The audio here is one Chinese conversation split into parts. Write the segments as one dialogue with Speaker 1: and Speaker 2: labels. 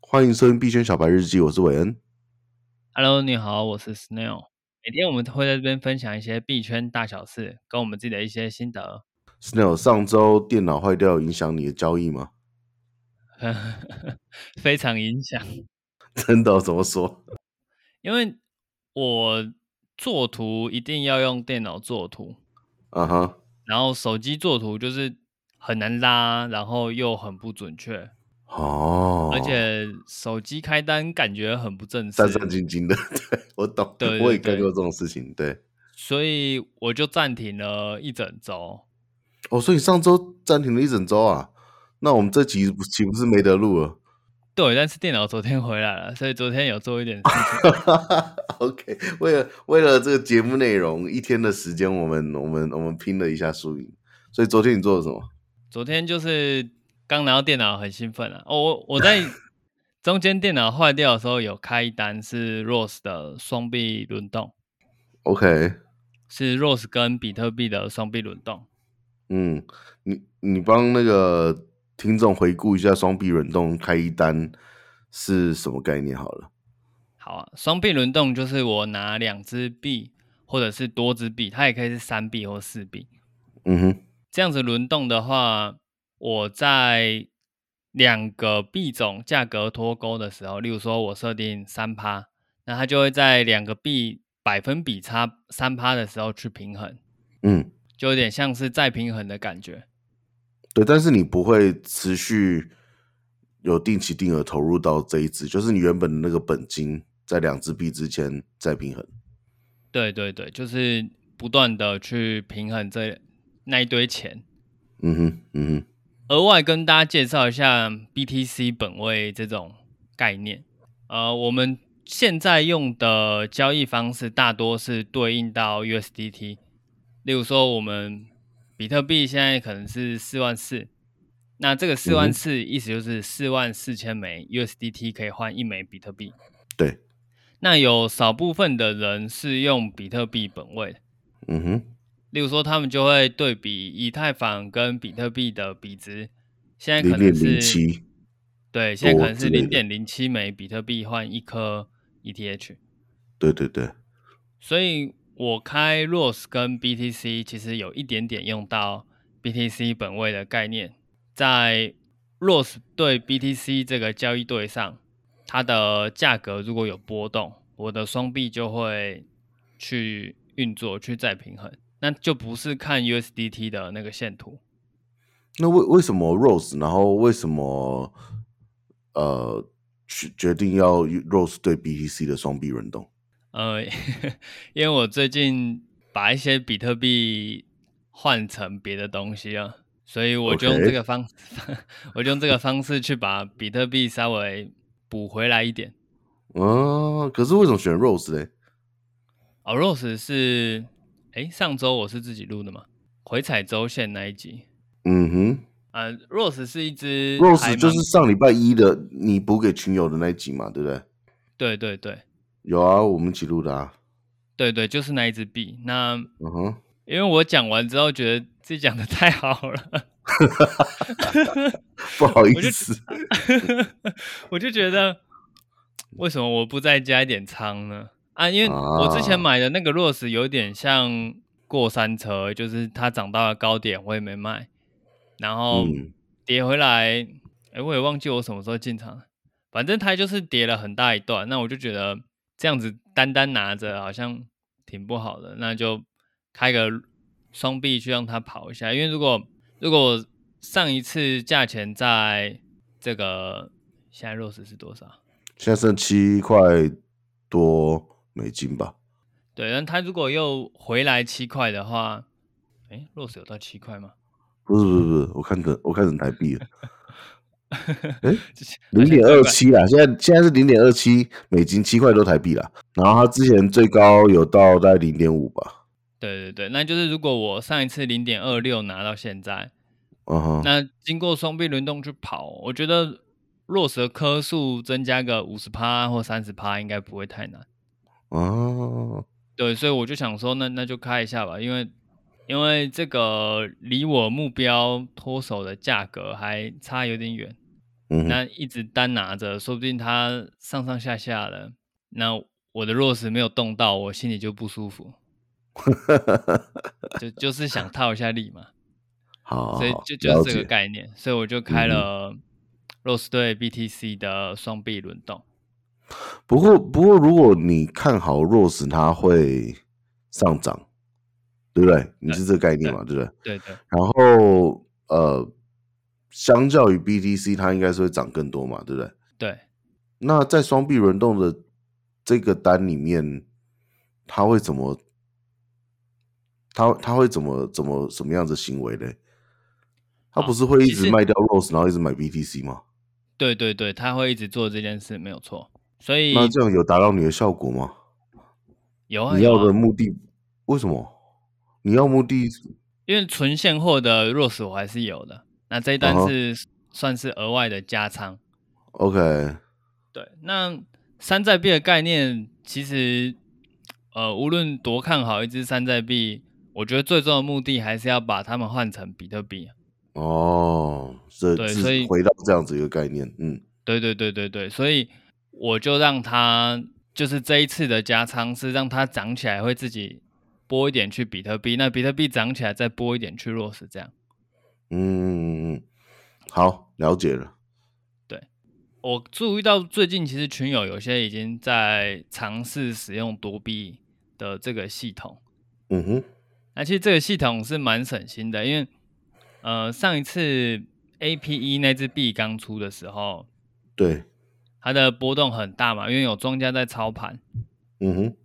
Speaker 1: 欢迎收听币圈小白日记，我是韦恩。
Speaker 2: Hello，你好，我是 Snail。每天我们会在这边分享一些币圈大小事，跟我们自己的一些心得。
Speaker 1: Snail，上周电脑坏掉影响你的交易吗？
Speaker 2: 非常影响，
Speaker 1: 真的哦、怎么说？
Speaker 2: 因为我做图一定要用电脑做图，
Speaker 1: 啊哈，
Speaker 2: 然后手机做图就是很难拉，然后又很不准确，
Speaker 1: 哦，
Speaker 2: 而且手机开单感觉很不正式
Speaker 1: 战，战兢兢的， 对我懂，
Speaker 2: 对对
Speaker 1: 我也干
Speaker 2: 对
Speaker 1: 过这种事情，对。
Speaker 2: 所以我就暂停了一整周。
Speaker 1: 哦，所以上周暂停了一整周啊，那我们这集不岂不是没得录了
Speaker 2: 对，但是电脑昨天回来了，所以昨天有做一点事情。
Speaker 1: ？OK，为了为了这个节目内容，一天的时间，我们我们我们拼了一下输赢。所以昨天你做了什么？
Speaker 2: 昨天就是刚拿到电脑，很兴奋啊！哦，我我在中间电脑坏掉的时候，有开一单是 Rose 的双币轮动，
Speaker 1: OK，
Speaker 2: 是 Rose 跟比特币的双币轮动。
Speaker 1: 嗯，你你帮那个听众回顾一下双臂轮动开一单是什么概念好了。
Speaker 2: 好啊，双币轮动就是我拿两只币或者是多只币，它也可以是三币或四币。
Speaker 1: 嗯哼，
Speaker 2: 这样子轮动的话，我在两个币种价格脱钩的时候，例如说我设定三趴，那它就会在两个币百分比差三趴的时候去平衡，
Speaker 1: 嗯，
Speaker 2: 就有点像是再平衡的感觉。
Speaker 1: 对，但是你不会持续有定期定额投入到这一支，就是你原本的那个本金在两支币之间再平衡。
Speaker 2: 对对对，就是不断的去平衡这那一堆钱。
Speaker 1: 嗯哼，嗯哼，
Speaker 2: 额外跟大家介绍一下 BTC 本位这种概念。呃，我们现在用的交易方式大多是对应到 USDT，例如说我们比特币现在可能是四万四，那这个
Speaker 1: 嗯
Speaker 2: 四
Speaker 1: 哼
Speaker 2: 万四意思就是四万四千枚 USDT 可以换一枚比特币。
Speaker 1: 对，
Speaker 2: 那有少部分的人是用比特币本位的，
Speaker 1: 嗯哼，
Speaker 2: 例如说，他们就会对比以太坊跟比特币的比值，现在
Speaker 1: 零
Speaker 2: 可能
Speaker 1: 点零
Speaker 2: 是
Speaker 1: 七，
Speaker 2: 对，现在可能
Speaker 1: 多之
Speaker 2: 是
Speaker 1: 类
Speaker 2: 零
Speaker 1: 的
Speaker 2: 点零七枚比特币换一颗 ETH，
Speaker 1: 对对对，
Speaker 2: 所以我开 ROS 跟 BTC 其实有一点点用到 BTC 本位的概念，在 ROS 对 BTC 这个交易对上，它的价格如果有波动，我的双币就会去运作去再平衡，那就不是看 USDT 的那个线图。
Speaker 1: 那为为什么 Rose，然后为什么呃决决定要 Rose 对 BTC 的双臂轮动？
Speaker 2: 呃，因为我最近把一些比特币换成别的东西了，所以我就用
Speaker 1: OK
Speaker 2: 这个方， 我就用这个方式去把比特币稍微补回来一点。
Speaker 1: 啊，可是为什么选 Rose 嘞？
Speaker 2: 哦，Rose 是，诶，上周我是自己录的嘛，回踩周线那一集。
Speaker 1: 嗯
Speaker 2: 呃，Rose 是一只
Speaker 1: 哼，Rose
Speaker 2: 还
Speaker 1: 就是
Speaker 2: 蛮
Speaker 1: 上礼拜一的你补给群友的那一集嘛，对不对？
Speaker 2: 对对对
Speaker 1: 有啊，我们一起录的啊。
Speaker 2: 对对，就是那一只币。那
Speaker 1: 嗯哼，
Speaker 2: 因为我讲完之后，觉得自己讲的太好了。
Speaker 1: 不好意
Speaker 2: 我就
Speaker 1: 思，
Speaker 2: 我就觉得，为什么我不再加一点仓呢？啊，因为我之
Speaker 1: 啊
Speaker 2: 前买的那个 Rose 有点像过山车，就是它涨到了高点，我也没卖，然后
Speaker 1: 嗯
Speaker 2: 跌回来，哎、我也忘记我什么时候进场了，反正它就是跌了很大一段。那我就觉得这样子单单拿着好像挺不好的，那就开个双臂去让它跑一下，因为如果如果上一次价钱在这个现在 Rose 是多少？
Speaker 1: 现在剩七块多美金吧。
Speaker 2: 对，但它如果又回来七块的话，诶 r o s e 有到七块吗？
Speaker 1: 不是不是不是，我看成我看成台币了，
Speaker 2: 就是
Speaker 1: 零点二，
Speaker 2: 好像怪怪
Speaker 1: 七啦，现在现在是零点二七美金，七块多台币啦。然后它之前最高有到大概零点五吧。
Speaker 2: 对对对，那就是如果我上一次零点二六拿到现在，
Speaker 1: 嗯哼，
Speaker 2: 那经过双臂轮动去跑，我觉得 Rose 的颗数增加个五十趴或三十趴应该不会太难。
Speaker 1: 哦，
Speaker 2: 对，所以我就想说那，那就开一下吧，因为因为这个离我目标脱手的价格还差有点远。
Speaker 1: 嗯哼，
Speaker 2: 那一直单拿着，说不定它上上下下的，那我的 rose 没有动到，我心里就不舒服，就就是想套一下利嘛，
Speaker 1: 好好
Speaker 2: 所以
Speaker 1: 好
Speaker 2: 就
Speaker 1: 哦了
Speaker 2: 就是这
Speaker 1: 解
Speaker 2: 个概念，所以我就
Speaker 1: 嗯哼
Speaker 2: 开了 rose 对 BTC 的双臂轮动，
Speaker 1: 不过，不过，如果你看好 Rose，它会上涨，对不对？你是这个概念嘛，对不对？
Speaker 2: 对对
Speaker 1: 然后，呃，相较于 BTC，它应该是会涨更多嘛，对不对？
Speaker 2: 对，
Speaker 1: 那在双臂轮动的这个单里面，它会怎么？它它会怎么怎么什么样子行为嘞？它
Speaker 2: 好
Speaker 1: 不是会一
Speaker 2: 其
Speaker 1: 直
Speaker 2: 实
Speaker 1: 卖掉 Rose，然后一直买 BTC 吗？
Speaker 2: 对对对，他会一直做这件事，没有错。所以
Speaker 1: 那这样有达到你的效果吗？
Speaker 2: 有啊
Speaker 1: 你
Speaker 2: 有
Speaker 1: 要
Speaker 2: 啊
Speaker 1: 的目的为什么？你要目的
Speaker 2: 因为纯现货的 Rose 我还是有的，那这一
Speaker 1: 嗯
Speaker 2: 单
Speaker 1: 哼
Speaker 2: 是算是额外的加仓。
Speaker 1: OK，
Speaker 2: 对，那山寨币的概念其实，呃，无论多看好一只山寨币，我觉得最终的目的还是要把它们换成比特币。
Speaker 1: 哦，这
Speaker 2: 对
Speaker 1: 自
Speaker 2: 所以
Speaker 1: 回到这样子一个概念，嗯，
Speaker 2: 对对对对对，所以我就让它就是这一次的加仓是让它涨起来会自己拨一点去比特币，那比特币涨起来再拨一点去 Rose 这样。
Speaker 1: 嗯嗯嗯，好，了解了，
Speaker 2: 我注意到最近其实群友有些已经在尝试使用多币的这个系统，
Speaker 1: 嗯哼，
Speaker 2: 那其实这个系统是蛮省心的，因为呃上一次 APE 那只币刚出的时候，
Speaker 1: 对，
Speaker 2: 它的波动很大嘛，因为有庄家在操盘。
Speaker 1: 嗯哼，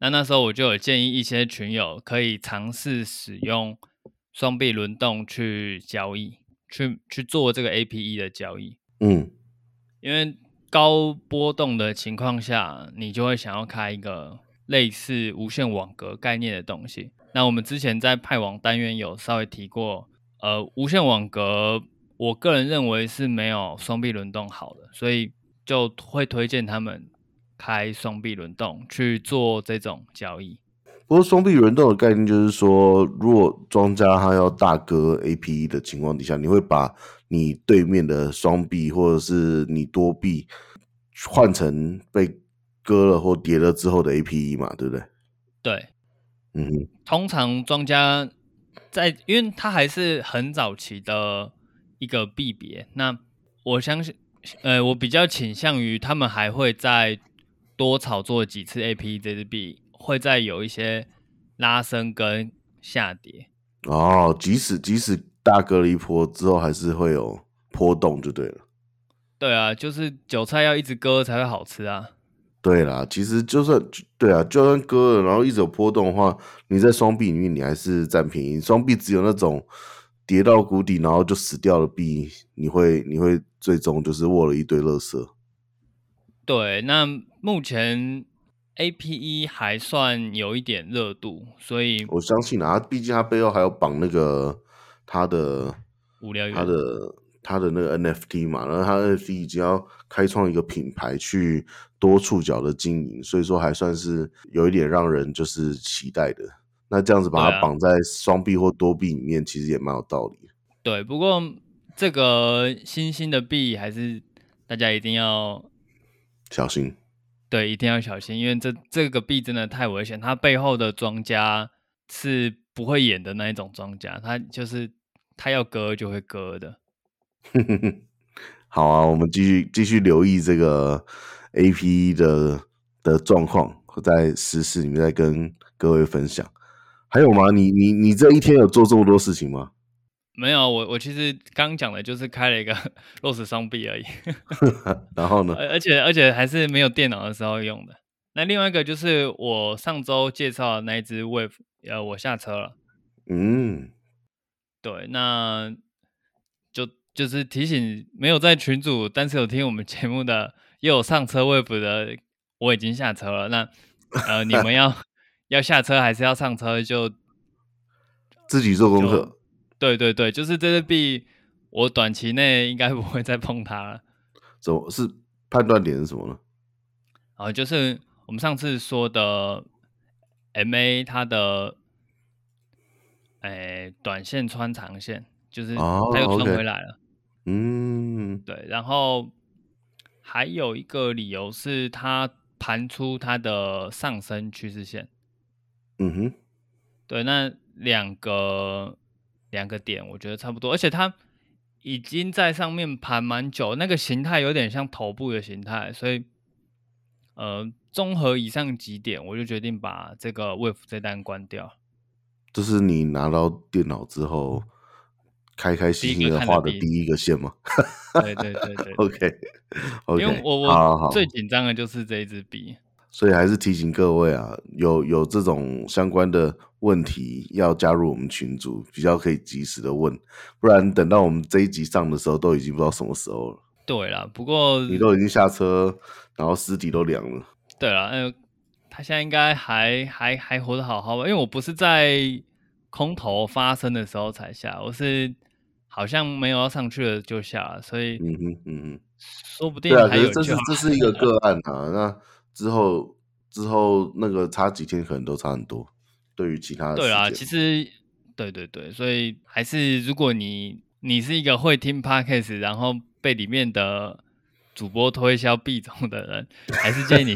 Speaker 2: 那那时候我就有建议一些群友可以尝试使用双币轮动去交易，去去做这个 APE 的交易。
Speaker 1: 嗯，
Speaker 2: 因为高波动的情况下，你就会想要开一个类似无线网格概念的东西。那我们之前在派网单元有稍微提过，呃，无线网格，我个人认为是没有双臂轮动好的，所以就会推荐他们开双臂轮动去做这种交易。
Speaker 1: 不过双臂轮动的概念就是说，如果庄家他要大割 APE E 的情况底下，你会把你对面的双臂或者是你多臂换成被割了或叠了之后的 APE 嘛，对不对？
Speaker 2: 对，
Speaker 1: 嗯哼，
Speaker 2: 通常庄家在，因为它还是很早期的一个币别，那我相信，呃，我比较倾向于他们还会再多炒作几次 AP 这支币，会再有一些拉升跟下跌。
Speaker 1: 哦，即使即使大割了一波之后，还是会有波动就对了。
Speaker 2: 对啊，就是韭菜要一直割才会好吃啊。
Speaker 1: 对啦，其实就算对啊，就算割了，然后一直有波动的话，你在双臂里面你还是占便宜。双臂只有那种跌到谷底然后就死掉的币，你会你会最终就是握了一堆垃圾。
Speaker 2: 对，那目前 APE 还算有一点热度，所以
Speaker 1: 我相信啊，毕竟它背后还有绑那个它的
Speaker 2: 无聊
Speaker 1: 它
Speaker 2: 源
Speaker 1: 的它的那个 NFT 嘛，然后它 NFT 已经要开创一个品牌去多触角的经营，所以说还算是有一点让人就是期待的。那这样子把
Speaker 2: 对
Speaker 1: 它
Speaker 2: 啊
Speaker 1: 绑在双臂或多臂里面，其实也蛮有道理的。
Speaker 2: 对，不过这个新兴的币还是大家一定要
Speaker 1: 小心，
Speaker 2: 对，一定要小心，因为这这个币真的太危险，它背后的庄家是不会演的那一种庄家，他就是他要割就会割的。
Speaker 1: 好啊，我们继续继续留意这个 A P E 的的状况，在实时里面再跟各位分享。还有吗？你你你这一天有做这么多事情吗？
Speaker 2: 没有，我我其实刚讲的就是开了一个 Rose 双币而已，
Speaker 1: 然后呢？
Speaker 2: 而而且而且还是没有电脑的时候用的。那另外一个就是我上周介绍的那一只 Wave，呃，我下车了。
Speaker 1: 嗯，
Speaker 2: 对，那就就是提醒没有在群组，但是有听我们节目的，也有上车未卜的，我已经下车了。那呃，你们要要下车还是要上车就？
Speaker 1: 自己做功课。
Speaker 2: 对对对，就是这支币，我短期内应该不会再碰它了。
Speaker 1: 怎么是判断点是什么呢？
Speaker 2: 然后就是我们上次说的 MA 它的，诶、短线穿长线，就是
Speaker 1: 哦
Speaker 2: 它又穿
Speaker 1: ，OK
Speaker 2: 回来了。
Speaker 1: 嗯，
Speaker 2: 对，然后还有一个理由是它盘出它的上升趋势线。
Speaker 1: 嗯哼，
Speaker 2: 对，那两个两个点我觉得差不多，而且它已经在上面盘蛮久，那个形态有点像头部的形态，所以呃，综合以上几点，我就决定把这个 wave 这单关掉。
Speaker 1: 这是你拿到电脑之后开开心心的画的第一个线吗
Speaker 2: 对对对对
Speaker 1: ？OK
Speaker 2: 对因为
Speaker 1: OK，
Speaker 2: 我
Speaker 1: 好
Speaker 2: 我
Speaker 1: 好，
Speaker 2: 最紧张的就是这一支笔。
Speaker 1: 所以还是提醒各位啊，有有这种相关的问题要加入我们群组，比较可以及时的问，不然等到我们这一集上的时候，都已经不知道什么时候了。
Speaker 2: 对啦，不过
Speaker 1: 你都已经下车，然后尸体都凉了。
Speaker 2: 对了，呃，他现在应该还还还活得好好吧？因为我不是在空投发生的时候才下，我是好像没有要上去了就下了，所以
Speaker 1: 嗯哼，嗯哼。
Speaker 2: 说不定
Speaker 1: 对啊，可
Speaker 2: 还
Speaker 1: 是
Speaker 2: 有
Speaker 1: 这
Speaker 2: 救。
Speaker 1: 是这是一个个案啊，那之后之后那个差几天可能都差很多，对于其他的
Speaker 2: 对啦，
Speaker 1: 时
Speaker 2: 其
Speaker 1: 间
Speaker 2: 实对对对，所以还是如果你你是一个会听 podcast，然后被里面的主播推销币种的人，还是建议你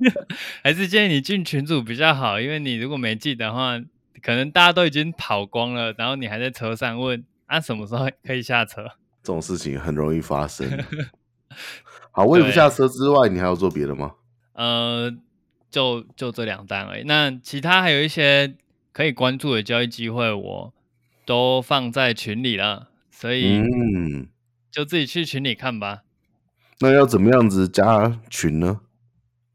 Speaker 2: 还是建议你进群组比较好，因为你如果没进的话，可能大家都已经跑光了，然后你还在车上问啊什么时候可以下车？
Speaker 1: 这种事情很容易发生。啊 好，我也不下车之外，你还要做别的吗？
Speaker 2: 呃，就就这两单而已。那其他还有一些可以关注的交易机会，我都放在群里了，所以。
Speaker 1: 嗯，
Speaker 2: 就自己去群里看吧。
Speaker 1: 那要怎么样子加群呢？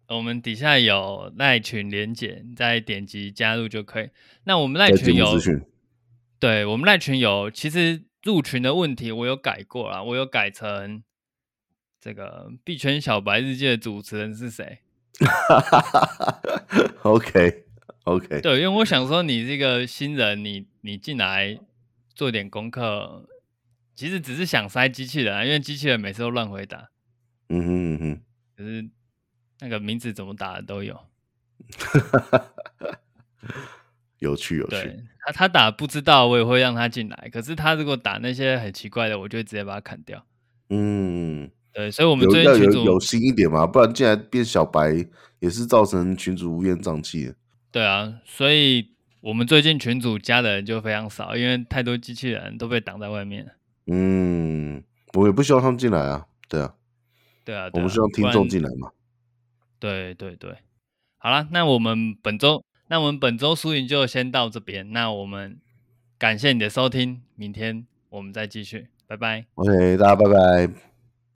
Speaker 2: 我们底下有赖群连结，你再点击加入就可以。那我们赖
Speaker 1: 在节
Speaker 2: 群
Speaker 1: 目
Speaker 2: 有
Speaker 1: 资，讯。
Speaker 2: 对我们赖群有，其实入群的问题我有改过啦，我有改成这个币圈小白日记的主持人是谁？
Speaker 1: OK OK，
Speaker 2: 对，因为我想说你这个新人，你你进来做点功课，其实只是想塞机器人、啊，因为机器人每次都乱回答，
Speaker 1: 嗯哼嗯哼。
Speaker 2: 可是那个名字怎么打的都有。
Speaker 1: 有趣有趣，
Speaker 2: 对他，他打不知道，我也会让他进来。可是他如果打那些很奇怪的，我就会直接把他砍掉。
Speaker 1: 嗯，
Speaker 2: 对，所以我们
Speaker 1: 有
Speaker 2: 最
Speaker 1: 要
Speaker 2: 近
Speaker 1: 有
Speaker 2: 群
Speaker 1: 有
Speaker 2: 主，
Speaker 1: 心一点嘛，不然进来变小白也是造成群主乌烟瘴气的。
Speaker 2: 对啊，所以我们最近群主加的人就非常少，因为太多机器人都被挡在外面了。
Speaker 1: 嗯，我也不希望他们进来啊，对啊，
Speaker 2: 对啊，
Speaker 1: 我
Speaker 2: 对啊
Speaker 1: 们希望听众进。来嘛。
Speaker 2: 不然对对对，好啦，那我们本周，那我们本周输赢就先到这边。那我们感谢你的收听，明天我们再继续，拜拜。
Speaker 1: OK，大家拜拜。